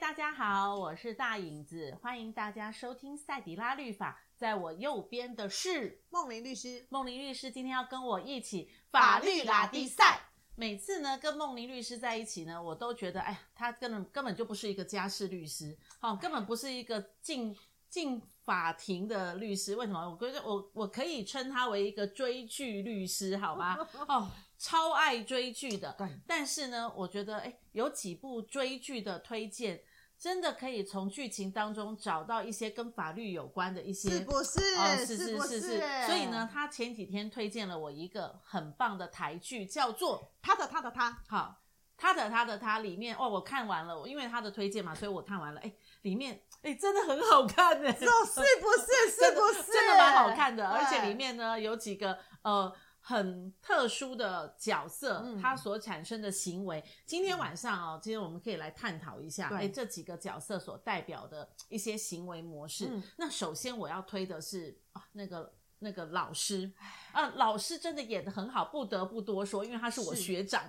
大家好，我是大影子，欢迎大家收听赛迪拉律法。在我右边的是梦玲律师，梦玲律师，今天要跟我一起法律拉力赛。每次呢，跟梦玲律师在一起呢，我都觉得，哎呀，他根本根本就不是一个家事律师，好、根本不是一个进进法庭的律师。为什么？我觉得我我可以称他为一个追剧律师，好吧？哦，超爱追剧的。对，但是呢，我觉得哎，有几部追剧的推荐，真的可以从剧情当中找到一些跟法律有关的一些。是不是？哦，是不是是，所以呢，，他前几天推荐了我一个很棒的台剧，叫做他的他的 他， 《好他的他的他》里面哦，我看完了，因为他的推荐嘛，所以我看完了。哎，里面哎真的很好看呢、是哦是不是？是 真的不是？真的蛮好看的，而且对里面呢有几个呃很特殊的角色，嗯它所产生的行为。今天晚上哦，今天我们可以来探讨一下，对哎，这几个角色所代表的一些行为模式。嗯那首先我要推的是啊那个。那个老师啊，老师真的演的很好，不得不多说，因为他是我是学长，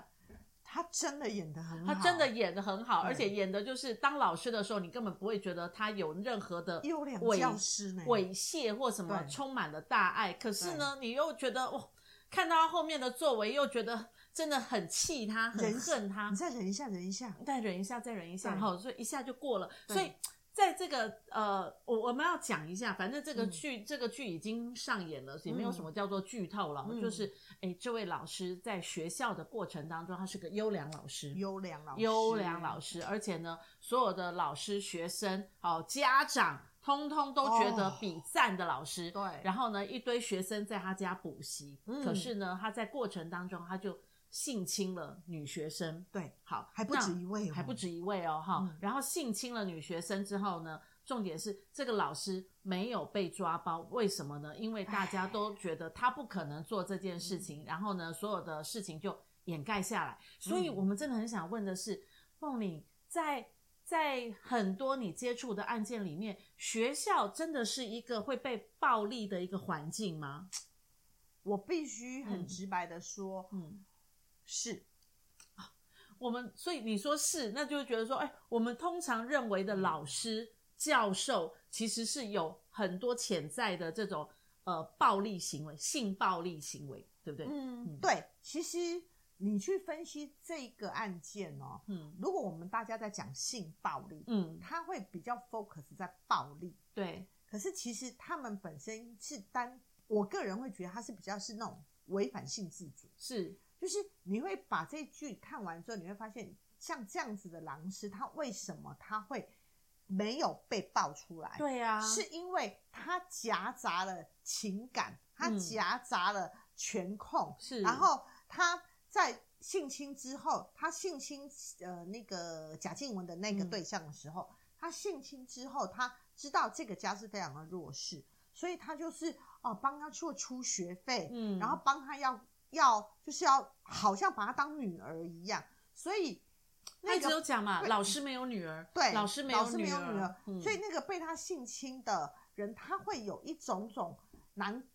他真的演的很好，他真的演的很好，对而且演的就是当老师的时候，你根本不会觉得他有任何的优良伪教师呢，猥亵或什么，对充满了大爱。可是呢，你又觉得哇，看到他后面的作为，又觉得真的很气他，很人恨他你。再忍一下，忍一下，再忍一下，再忍一下，对好，所以一下就过了。对所以在这个呃，我我们要讲一下，反正这个嗯剧、这个剧已经上演了，也没有什么叫做剧透了。嗯就是哎，这位老师在学校的过程当中，他是个优良老师。优良老师，优良老师，而且呢，所有的老师、学生、哦家长，通通都觉得哦比赞的老师。对然后呢，一堆学生在他家补习，嗯可是呢，他在过程当中他就性侵了女学生。对，好，还不那止一位哦，还不止一位哦，哈、嗯然后性侵了女学生之后呢，重点是这个老师没有被抓包，为什么呢？因为大家都觉得他不可能做这件事情，然后呢，所有的事情就掩盖下来。所以我们真的很想问的是，梦玲在。在很多你接触的案件里面，学校真的是一个会被暴力的一个环境吗？我必须很嗯直白的说，嗯，是我们所以你说是，那就觉得说，哎，我们通常认为的老师、教授，其实是有很多潜在的这种呃暴力行为、性暴力行为，对不对？嗯嗯，对，其实你去分析这个案件哦，嗯如果我们大家在讲性暴力，嗯，他会比较 focus 在暴力，对，可是其实他们本身是单，我个人会觉得他是比较是那种违反性自主，是，就是你会把这剧看完之后，你会发现像这样子的狼师，他为什么他会没有被爆出来？对啊呀、是因为他夹杂了情感，他嗯夹杂了权控，是然后他在性侵之后，他性侵呃那个贾静雯的那个嗯对象的时候，他性侵之后，他知道这个家是非常的弱势，所以他就是哦帮他做出学费，嗯然后帮他要要就是要好像把他当女儿一样，所以他那一直有个讲嘛，对老师没有女儿，对老师没老有师没女有女儿儿，嗯所以那个被他性侵的人，他会有一种种难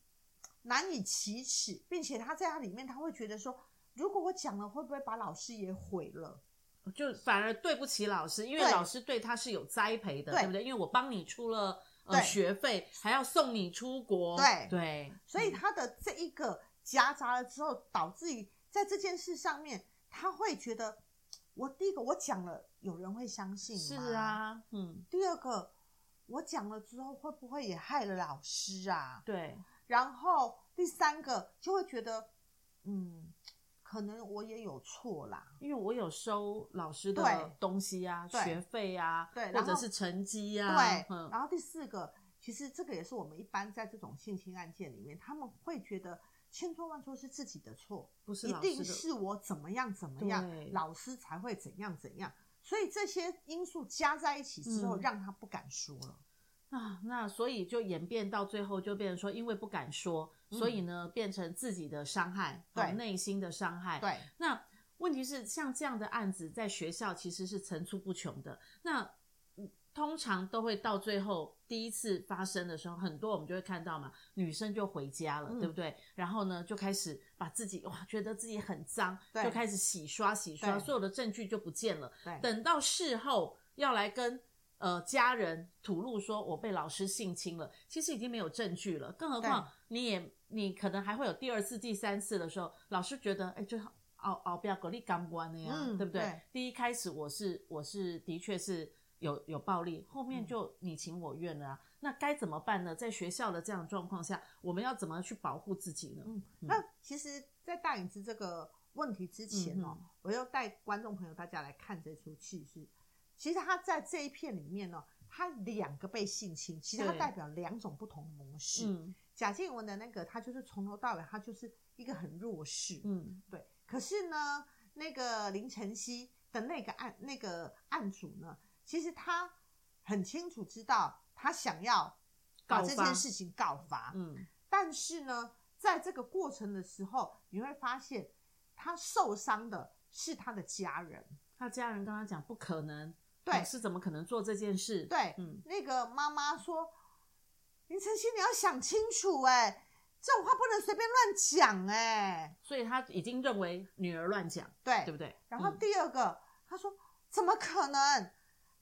难以启齿，并且他在他里面，他会觉得说，如果我讲了，会不会把老师也毁了？嗯就反而对不起老师，因为对老师对他是有栽培的，对对不对？因为我帮你出了呃对学费，还要送你出国，对对，嗯所以他的这一个夹杂了之后，导致于在这件事上面，他会觉得，我第一个我讲了，有人会相信是吗？啊，嗯，第二个，我讲了之后，会不会也害了老师啊？对，然后第三个就会觉得，嗯，可能我也有错啦，因为我有收老师的对东西啊，对学费啊，对或然者后是成绩啊，对。嗯，然后第四个，其实这个也是我们一般在这种性侵案件里面，他们会觉得千错万错是自己的错，不是一老师定的，是我怎么样怎么对样，老师才会怎样怎样。所以这些因素加在一起之后，嗯让他不敢说了。啊，那所以就演变到最后就变成说，因为不敢说，嗯所以呢变成自己的伤害，对哦内心的伤害，对，那问题是，像这样的案子在学校其实是层出不穷的。那嗯通常都会到最后第一次发生的时候，很多我们就会看到嘛，女生就回家了，嗯对不对？然后呢，就开始把自己哇，觉得自己很脏，对就开始洗刷洗刷，对所有的证据就不见了。对等到事后要来跟呃家人吐露说我被老师性侵了，其实已经没有证据了，更何况你也你可能还会有第二次、第三次的时候，老师觉得哎，就熬熬不要狗力干关的呀，嗯对不对？对第一开始我是我是的确是有有暴力，后嗯面就你情我愿了啊。那该怎么办呢？在学校的这样的状况下，我们要怎么去保护自己呢？嗯，那其实，在大影子这个问题之前嗯哦，我又带观众朋友大家来看这出戏是，其实他在这一片里面呢、哦他两个被性侵，其实它对代表两种不同的模式。嗯贾静雯的那个，她就是从头到尾，她就是一个很弱势，嗯对。可是呢，那个林晨曦的那个案那个案主呢，其实他很清楚知道，他想要把告这发件事情告发，嗯，但是呢，在这个过程的时候，你会发现他受伤的是他的家人，他家人跟他讲不可能，对、老师怎么可能做这件事？对，嗯，那个妈妈说：“林晨曦，你要想清楚、哎，这种话不能随便乱讲、哎，所以他已经认为女儿乱讲，对。对不对？然后嗯第二个，他说：“怎么可能？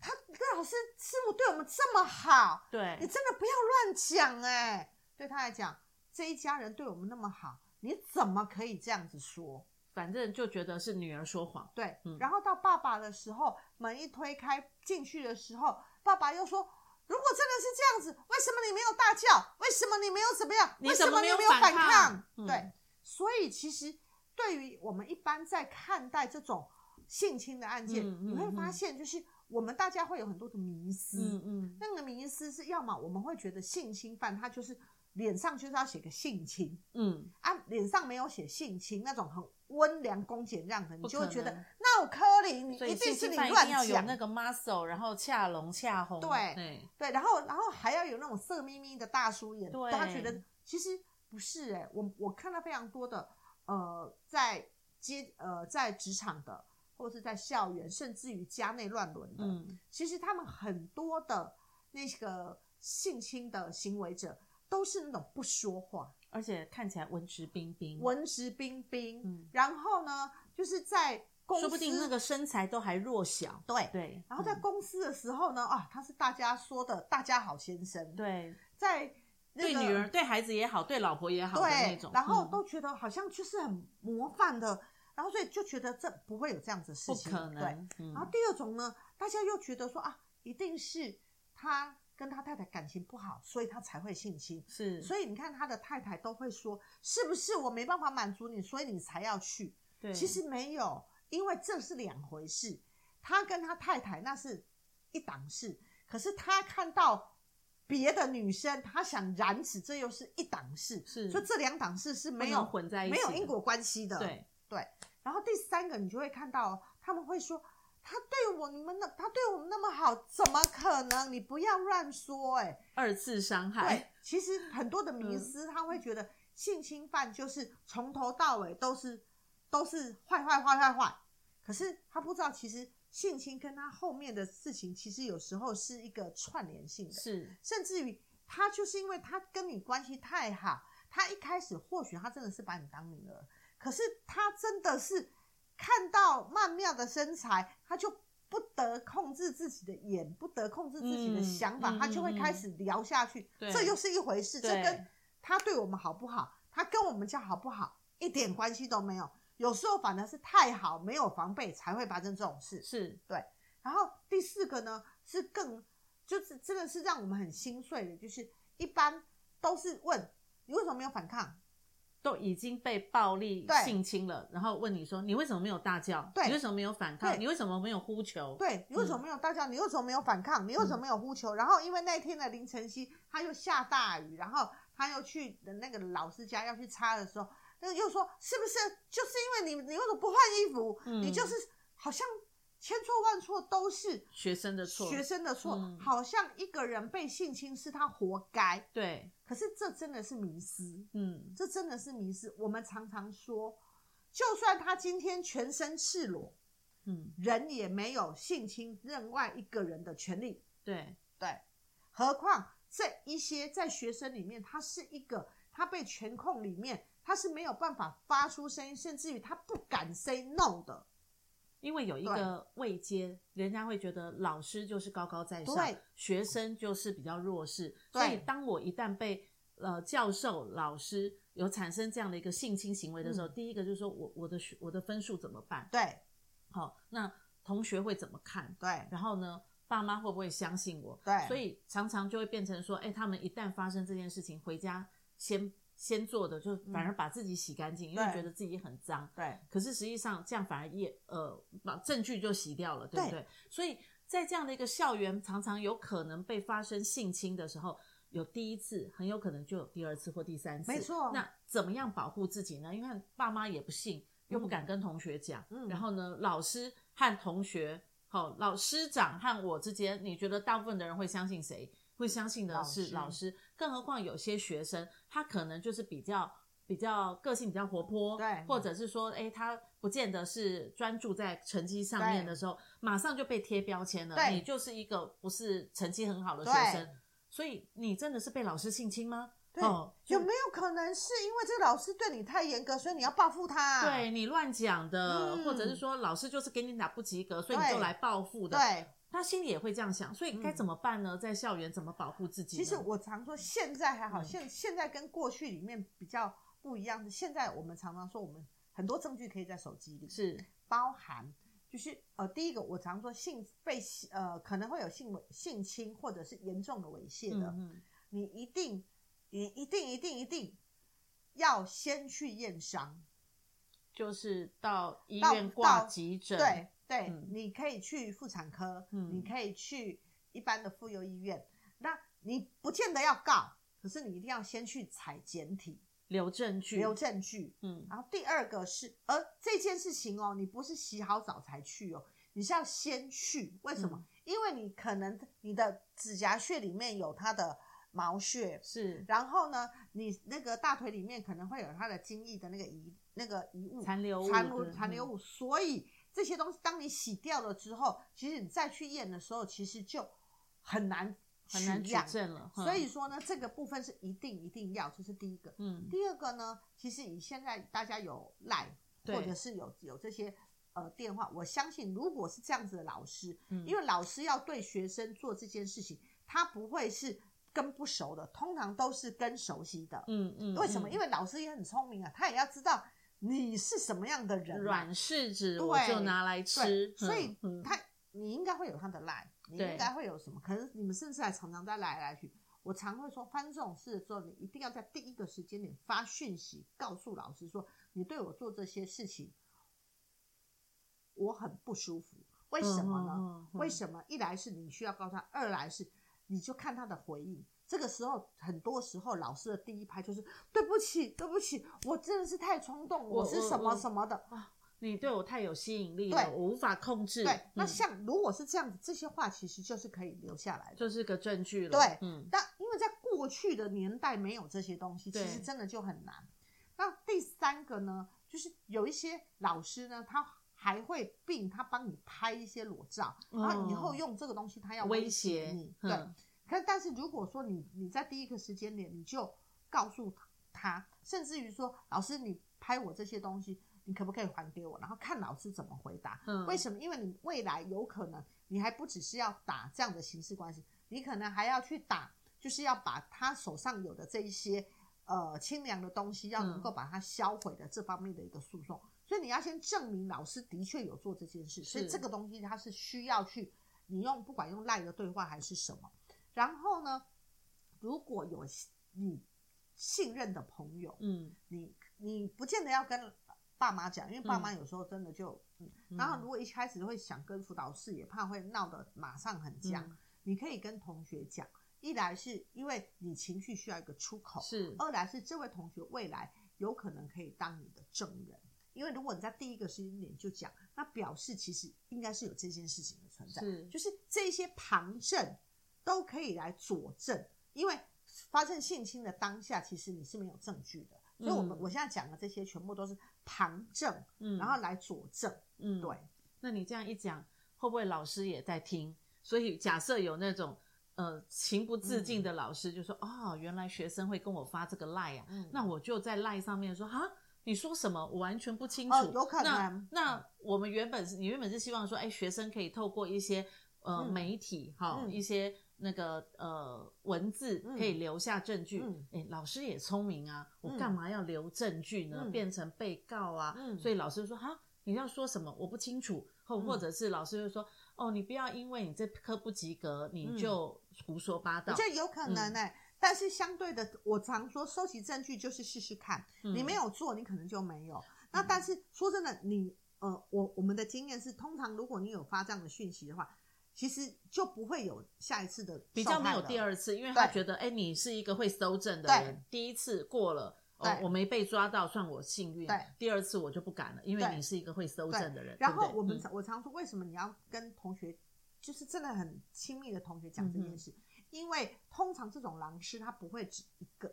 他那老师师母对我们这么好，你对，真的不要乱讲、哎，对他来讲，这一家人对我们那么好，你怎么可以这样子说？反正就觉得是女儿说谎，对，嗯然后到爸爸的时候，门一推开进去的时候，爸爸又说：“如果真的是这样子，为什么你没有大叫？为什么你没有怎么样？你为什怎么你没有没有反反抗嗯对，所以其实对于我们一般在看待这种性侵的案件，嗯嗯你会发嗯现，就是我们大家会有很多的迷思。嗯嗯，那个迷思是，要么我们会觉得性侵犯他就是脸上就是要写个性侵，嗯，啊，脸上没有写性侵那种很温良恭俭让的，你不就会可觉得能那我柯林，你嗯所以一定是性你侵犯一乱定要有讲，那个 muscle，然后恰龙恰红，对对，对，然后然后还要有那种色眯眯的大叔眼，对他觉得其实不是哎、我我看到非常多的呃，在街呃在职场的，或是在校园，甚至于家内乱伦的，嗯，其实他们很多的那个性侵的行为者都是那种不说话，而且看起来文质彬彬，文质彬彬，嗯然后呢就是在公司说不定那个身材都还弱小，对对，然后在嗯公司的时候呢，啊，他是大家说的“大家好先生”，对在、那对个女儿、对孩子也好，对老婆也好的那对种，，然后嗯都觉得好像就是很模范的，然后所以就觉得这不会有这样子的事不情，可对。能，嗯然后第二种呢，大家又觉得说啊，一定是他跟他太太感情不好，所以他才会性侵。是，所以你看，他的太太都会说：“是不是我没办法满足你，所以你才要去？”对，其实没有，因为这是两回事。他跟他太太那是一档事，可是他看到别的女生，他想染指，这又是一档事。是所以这两档事是不没能有混在一起没的，有因果关系的。。对，然后第三个，你就会看到哦他们会说。他对我你们那，他对我们那么好，怎么可能？你不要乱说、哎，二次伤对害，，其实很多的迷嗯思，他会觉得性侵犯就是从头到尾都是都是坏坏坏坏坏，可是他不知道，其实性侵跟他后面的事情，其实有时候是一个串联性的，是，甚至于他就是因为他跟你关系太好，他一开始或许他真的是把你当女儿，可是他真的是看到曼妙的身材，他就。不得控制自己的眼，不得控制自己的嗯想法，他就会嗯嗯开嗯始聊下去。对这又是一回事，这对跟他对我们好不好，他跟我们家好不好一点关系都没有。有时候反而是太好，没有防备才会发生这种事。是，然后第四个呢，是更就是真的是让我们很心碎的，就是一般都是问你为什么没有反抗，都已经被暴力对性侵了，然后问你说你为什么没有大叫？对你为什么没有反对抗？你为什么没有呼求？对你为什么没嗯有大叫？你为什么没有反抗？你为什么没有呼求？然后因为那天的凌晨曦，他又下大雨，然后他又去那个老师家要去擦的时候，那个又说是不是就是因为你你为什么不换衣服？嗯你就是好像千错万错都是学生的错，学生的错，嗯好像一个人被性侵是他活该。对，可是这真的是迷失，嗯，这真的是迷失。我们常常说，就算他今天全身赤裸，嗯，人也没有性侵另外一个人的权利，对，对，何况这一些在学生里面，他是一个他被权控里面，他是没有办法发出声音，甚至于他不敢 say no 的，因为有一个位阶，人家会觉得老师就是高高在上对，学生就是比较弱势。对所以当我一旦被呃教授、老师有产生这样的一个性侵行为的时嗯候，第一个就是说我我的学我的分数怎么办？对好、那同学会怎么看？对然后呢，爸妈会不会相信我？对，所以常常就会变成说，哎、他们一旦发生这件事情，回家先先做的就反而把自己洗干净，因为嗯对觉得自己很脏。对可是实际上这样反而也呃把证据就洗掉了，对不对？对所以在这样的一个校园，常常有可能被发生性侵的时候，有第一次，很有可能就有第二次或第三次。没错那怎么样保护自己呢？因为爸妈也不信，又不敢跟同学讲，嗯然后呢，老师和同学，好、老师长和我之间，你觉得大部分的人会相信谁？会相信的是老老师，更何况有些学生，他可能就是比较比较个性比较活泼，对或者是说，哎、他不见得是专注在成绩上面的时候，马上就被贴标签了，对你就是一个不是成绩很好的学对生，所以你真的是被老师性侵吗？对哦，有就没有可能是因为这个老师对你太严格，所以你要报复他、啊对你乱讲的，嗯或者是说老师就是给你打不及格，所以你对就来报复的，对，他心里也会这样想，所以该嗯怎么办呢？在校园怎么保护自己呢？其实我常说，现在还好，嗯现现在跟过去里面比较不一样的，现在我们常常说，我们很多证据可以在手机里，是包含就是呃，第一个我常说性被呃可能会有性猥性侵或者是严重的猥亵的，嗯嗯你一定你一定一定一定要先去验伤，就是到医到院挂到急诊，对对、嗯你可以去妇产科，嗯你可以去一般的妇幼医院。那你不见得要告，可是你一定要先去采检体，留证据，留证据。嗯，然后第二个是，而这件事情哦，你不是洗好澡才去哦，你是要先去。为什么？嗯因为你可能你的指甲屑里面有它的毛屑，是然后呢，你那个大腿里面可能会有它的精液的那个遗那个遗物残留物嗯残的留残留物，所以这些东西当你洗掉了之后，其实你再去验的时候，其实就很难很难取举样。证嗯了。哼所以说呢，这个部分是一定一定要，这是第一个。嗯，第二个呢，其实以现在大家有赖对或者是有有这些呃电话，我相信如果是这样子的老师，嗯因为老师要对学生做这件事情，他不会是跟不熟的，通常都是跟熟悉的。嗯嗯，为什么？嗯因为老师也很聪明啊，他也要知道你是什么样的人、啊，软柿子对我就拿来吃对，，所以嗯嗯他你应该会有他的赖，你对应该会有什么？可是你们甚至还常常在来来去。我常会说，翻这种事的时候，你一定要在第一个时间点发讯息告诉老师说，你对我做这些事情，我很不舒服。为什么呢？嗯嗯嗯为什么？一来是你需要告诉他，二来是你就看他的回应。这个时候，很多时候老师的第一拍就是对不起，对不起，我真的是太冲动，我我是我什么我什么的。你对我太有吸引力了，对我无法控制。对，那嗯像如果是这样子，这些话其实就是可以留下来的。就是个证据了。对嗯，但因为在过去的年代没有这些东西，其对实真的就很难。那第三个呢，就是有一些老师呢，他还会并他帮你拍一些裸照，然后以后哦用这个东西他要威胁胁你。对，嗯可但是如果说你你在第一个时间点你就告诉他，甚至于说老师你拍我这些东西，你可不可以还给我？然后看老师怎么回答。嗯为什么？因为你未来有可能你还不只是要打这样的形式关系，你可能还要去打，就是要把他手上有的这一些呃清凉的东西，要嗯能够把它销毁的这方面的一个诉讼。所以你要先证明老师的确有做这件事，所以是这个东西它是需要去你用不管用赖的对话还是什么。然后呢，如果有你信任的朋友，嗯，你你不见得要跟爸妈讲，因为爸妈有时候真的就，嗯嗯然后如果一开始会想跟辅导室，也怕会闹得马上很僵，嗯你可以跟同学讲。一来是因为你情绪需要一个出口，是二来是这位同学未来有可能可以当你的证人，因为如果你在第一个时间点就讲，那表示其实应该是有这件事情的存在，是就是这些旁证都可以来佐证，因为发生性侵的当下，其实你是没有证据的，所以我们、嗯我现在讲的这些全部都是旁证，嗯然后来佐证，嗯，对。那你这样一讲，会不会老师也在听？所以假设有那种呃情不自嗯禁的老师，就说、哦，原来学生会跟我发这个赖呀、啊，嗯那我就在赖上面说啊，你说什么？我完全不清楚。哦有可能那那我们原本是你原本是希望说，哎，学生可以透过一些呃、嗯媒体哈、嗯一些那个呃文字嗯可以留下证据。嗯哎、老师也聪明啊，我嗯干嘛要留证据呢？嗯变成被告啊。嗯所以老师说哈，你要说什么？我不清楚。或嗯或者是老师就说，哦，你不要因为你这科不及格，你嗯就胡说八道我觉。得有可能嗯呢、但是相对的，我常说收集证据就是试试看，你嗯没有做，你可能就没有。那但是说真的，你呃，我我们的经验是，通常如果你有发这样的讯息的话，其实就不会有下一次的比受较没害有了第。二次，因为他对觉得，哎、你是一个会搜证的对人，第一次过了，哦，对我没被抓到，算我幸运对；第二次我就不敢了，因为对你是一个会搜证的人。然对不后对我们嗯常、我常说，为什么你要跟同学，就是真的很亲密的同学讲这嗯哼件事？因为通常这种狼师他不会只一个，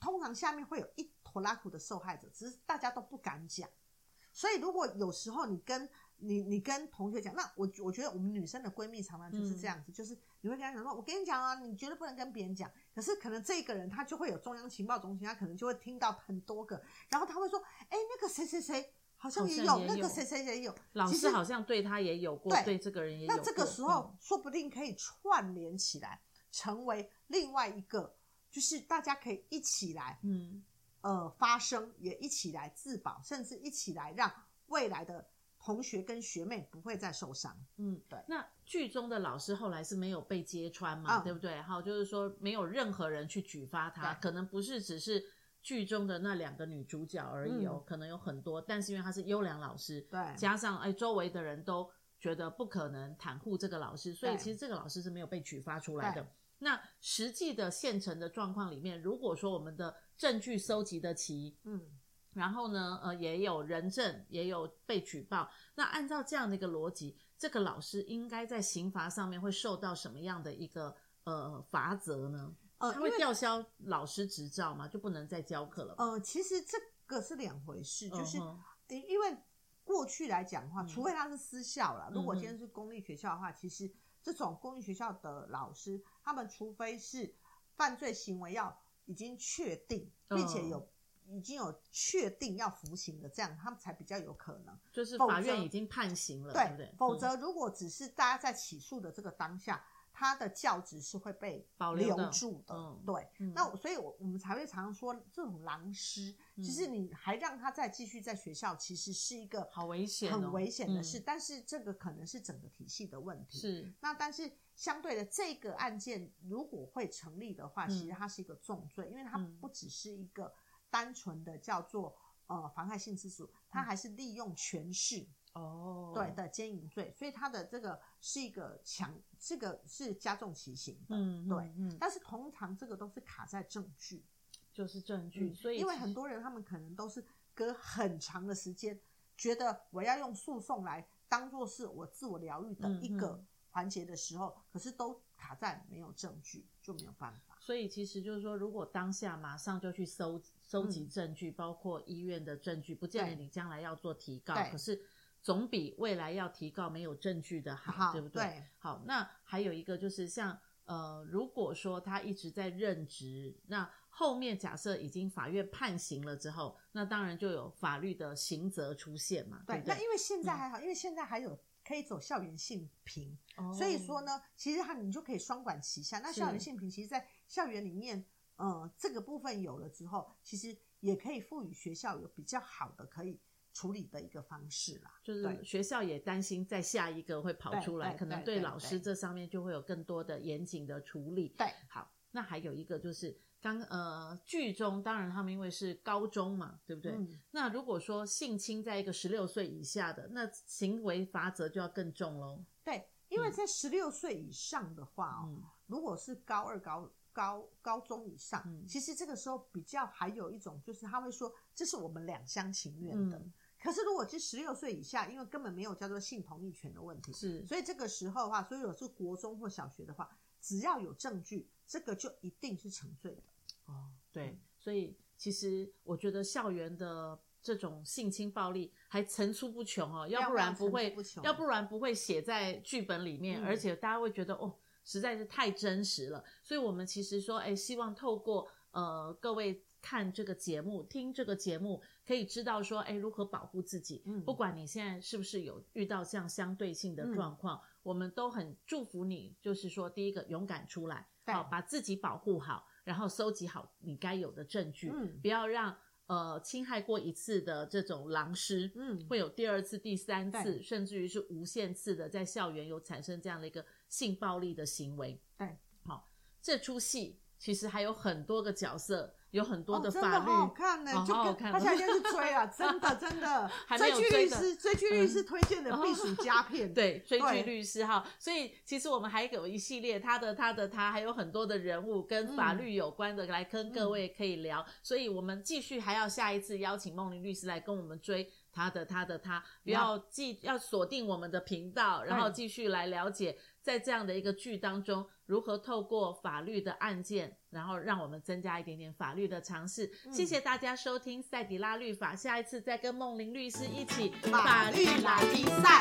通常下面会有一坨拉苦的受害者，只是大家都不敢讲。所以如果有时候你跟你你跟同学讲，那我我觉得我们女生的闺蜜常常就是嗯这样子，就是你会跟她讲说，我跟你讲啊，你绝对不能跟别人讲。可是可能这个人他就会有中央情报中心，他可能就会听到很多个，然后他会说，哎，那个谁谁谁好像也有，好像也有那个谁谁谁也有。老其师实好像对他也有过，对对这个人也有过。嗯那这个时候说不定可以串联起来，成为另外一个，就是大家可以一起来嗯，呃发声，也一起来自保，甚至一起来让未来的同学跟学妹不会再受伤。嗯嗯，对那剧中的老师后来是没有被揭穿嘛，嗯对不对？好，就是说没有任何人去举发他，对可能不是只是。剧中的那两个女主角而已嗯哦，可能有很多，但是因为她是优良老师，对加上哎周围的人都觉得不可能袒护这个老师，所以对其实这个老师是没有被举发出来的。那实际的现成的状况里面，如果说我们的证据搜集的齐，嗯，然后呢，呃，也有人证，也有被举报，那按照这样的一个逻辑，这个老师应该在刑罚上面会受到什么样的一个呃罚则呢？呃，他因会为吊销老师执照吗？就不能再教课了吗？呃，其实这个是两回事，呃就是、嗯哼因因为过去来讲的话，嗯除非他是私校啦，如果嗯哼今天是公立学校的话，其实这种公立学校的老师，他们除非是犯罪行为要已经确定，嗯并且有。已经有确定要服刑的，这样他们才比较有可能。就是否法则院已经判刑了，不对？否嗯则如果只是大家在起诉的这个当下，他的教职是会被保留留的住的。嗯对，嗯那我所以我，我们才会常常说，这种狼师，嗯其实你还让他再继续在学校，其实是一个好危险、哦，很危险的事。嗯但是这个可能是整个体系的问题。是，那但是相对的，这个案件如果会成立的话，嗯其实它是一个重罪，因为它嗯不只是一个单纯的叫做呃妨害性自主，它还是利用权势。嗯哦，对，的奸淫罪，所以他的这个是一个强，这个是加重其刑的。嗯，对嗯，嗯但是通常这个都是卡在证据，就是证据，嗯所以嗯因为其很多人他们可能都是隔很长的时间，觉得我要用诉讼来当做是我自我疗愈的嗯一个嗯环节的时候，可是都卡在没有证据就没有办法。所以其实就是说，如果当下马上就去搜搜集证据，包括医院的证据，不见得嗯对你将来要做提告，对可是总比未来要提告没有证据的好，好，对不对？好，那还有一个就是像呃，如果说他一直在任职，那后面假设已经法院判刑了之后，那当然就有法律的刑责出现嘛，对不那因为现在嗯还好，因为现在还有可以走校园性平，哦所以说，呢，其实它你就可以双管齐下。那是校园性平，其实，在校园里面，呃，这个部分有了之后，其实也可以赋予学校有比较好的可以处理的一个方式啦。就是对学校也担心在下一个会跑对出来，对可能对对对老师对这上面就会有更多的严谨的处理。对，好，那还有一个就是刚呃剧中，当然他们因为是高中嘛，对不对？嗯，那如果说性侵在一个十六岁以下的，那行为罚则就要更重喽。对，因为嗯在十六岁以上的话哦，嗯，如果是高二、高高高中以上，嗯其实这个时候比较还有一种，就是他会说这是我们两厢情愿的。嗯，可是如果是十六岁以下，因为根本没有叫做性同意权的问题，是，所以这个时候的话，所以如果是国中或小学的话，只要有证据，这个就一定是成罪的。哦，对，所以其实我觉得校园的这种性侵暴力还层出不穷哦，要不要不然然不会，层出不穷要不然不会写在剧本里面，嗯而且大家会觉得哦，实在是太真实了。所以我们其实说，哎，希望透过呃各位看这个节目、听这个节目，可以知道说，哎，如何保护自己。嗯不管你现在是不是有遇到这样相对性的状况，我们都很祝福你，就是说，第一个勇敢出来，对好，把自己保护好，然后收集好你该有的证据，嗯不要让呃侵害过一次的这种狼师，嗯，会有第二次、第三次，对甚至于是无限次的在校园有产生这样的一个性暴力的行为。对，好，这出戏其实还有很多个角色，有很多哦的真法律。好好看呢、哦就好好跟看他现在就是追啊，真的真的 还，没追有剧追律的师，追剧律师推荐的哦必属佳片，对，追剧对律师哈，所以其实我们还有一系列他的他的他，还有很多的人物跟法律有关的来跟各位可以聊，所以我们继续还要下一次邀请梦玲律师来跟我们追他的他的他，不要记要锁定我们的频道，然后对继续来了解在这样的一个剧当中如何透过法律的案件，然后让我们增加一点点法律的常识。谢谢大家收听赛迪拉律法，下一次再跟梦玲律师一起法律拉力赛。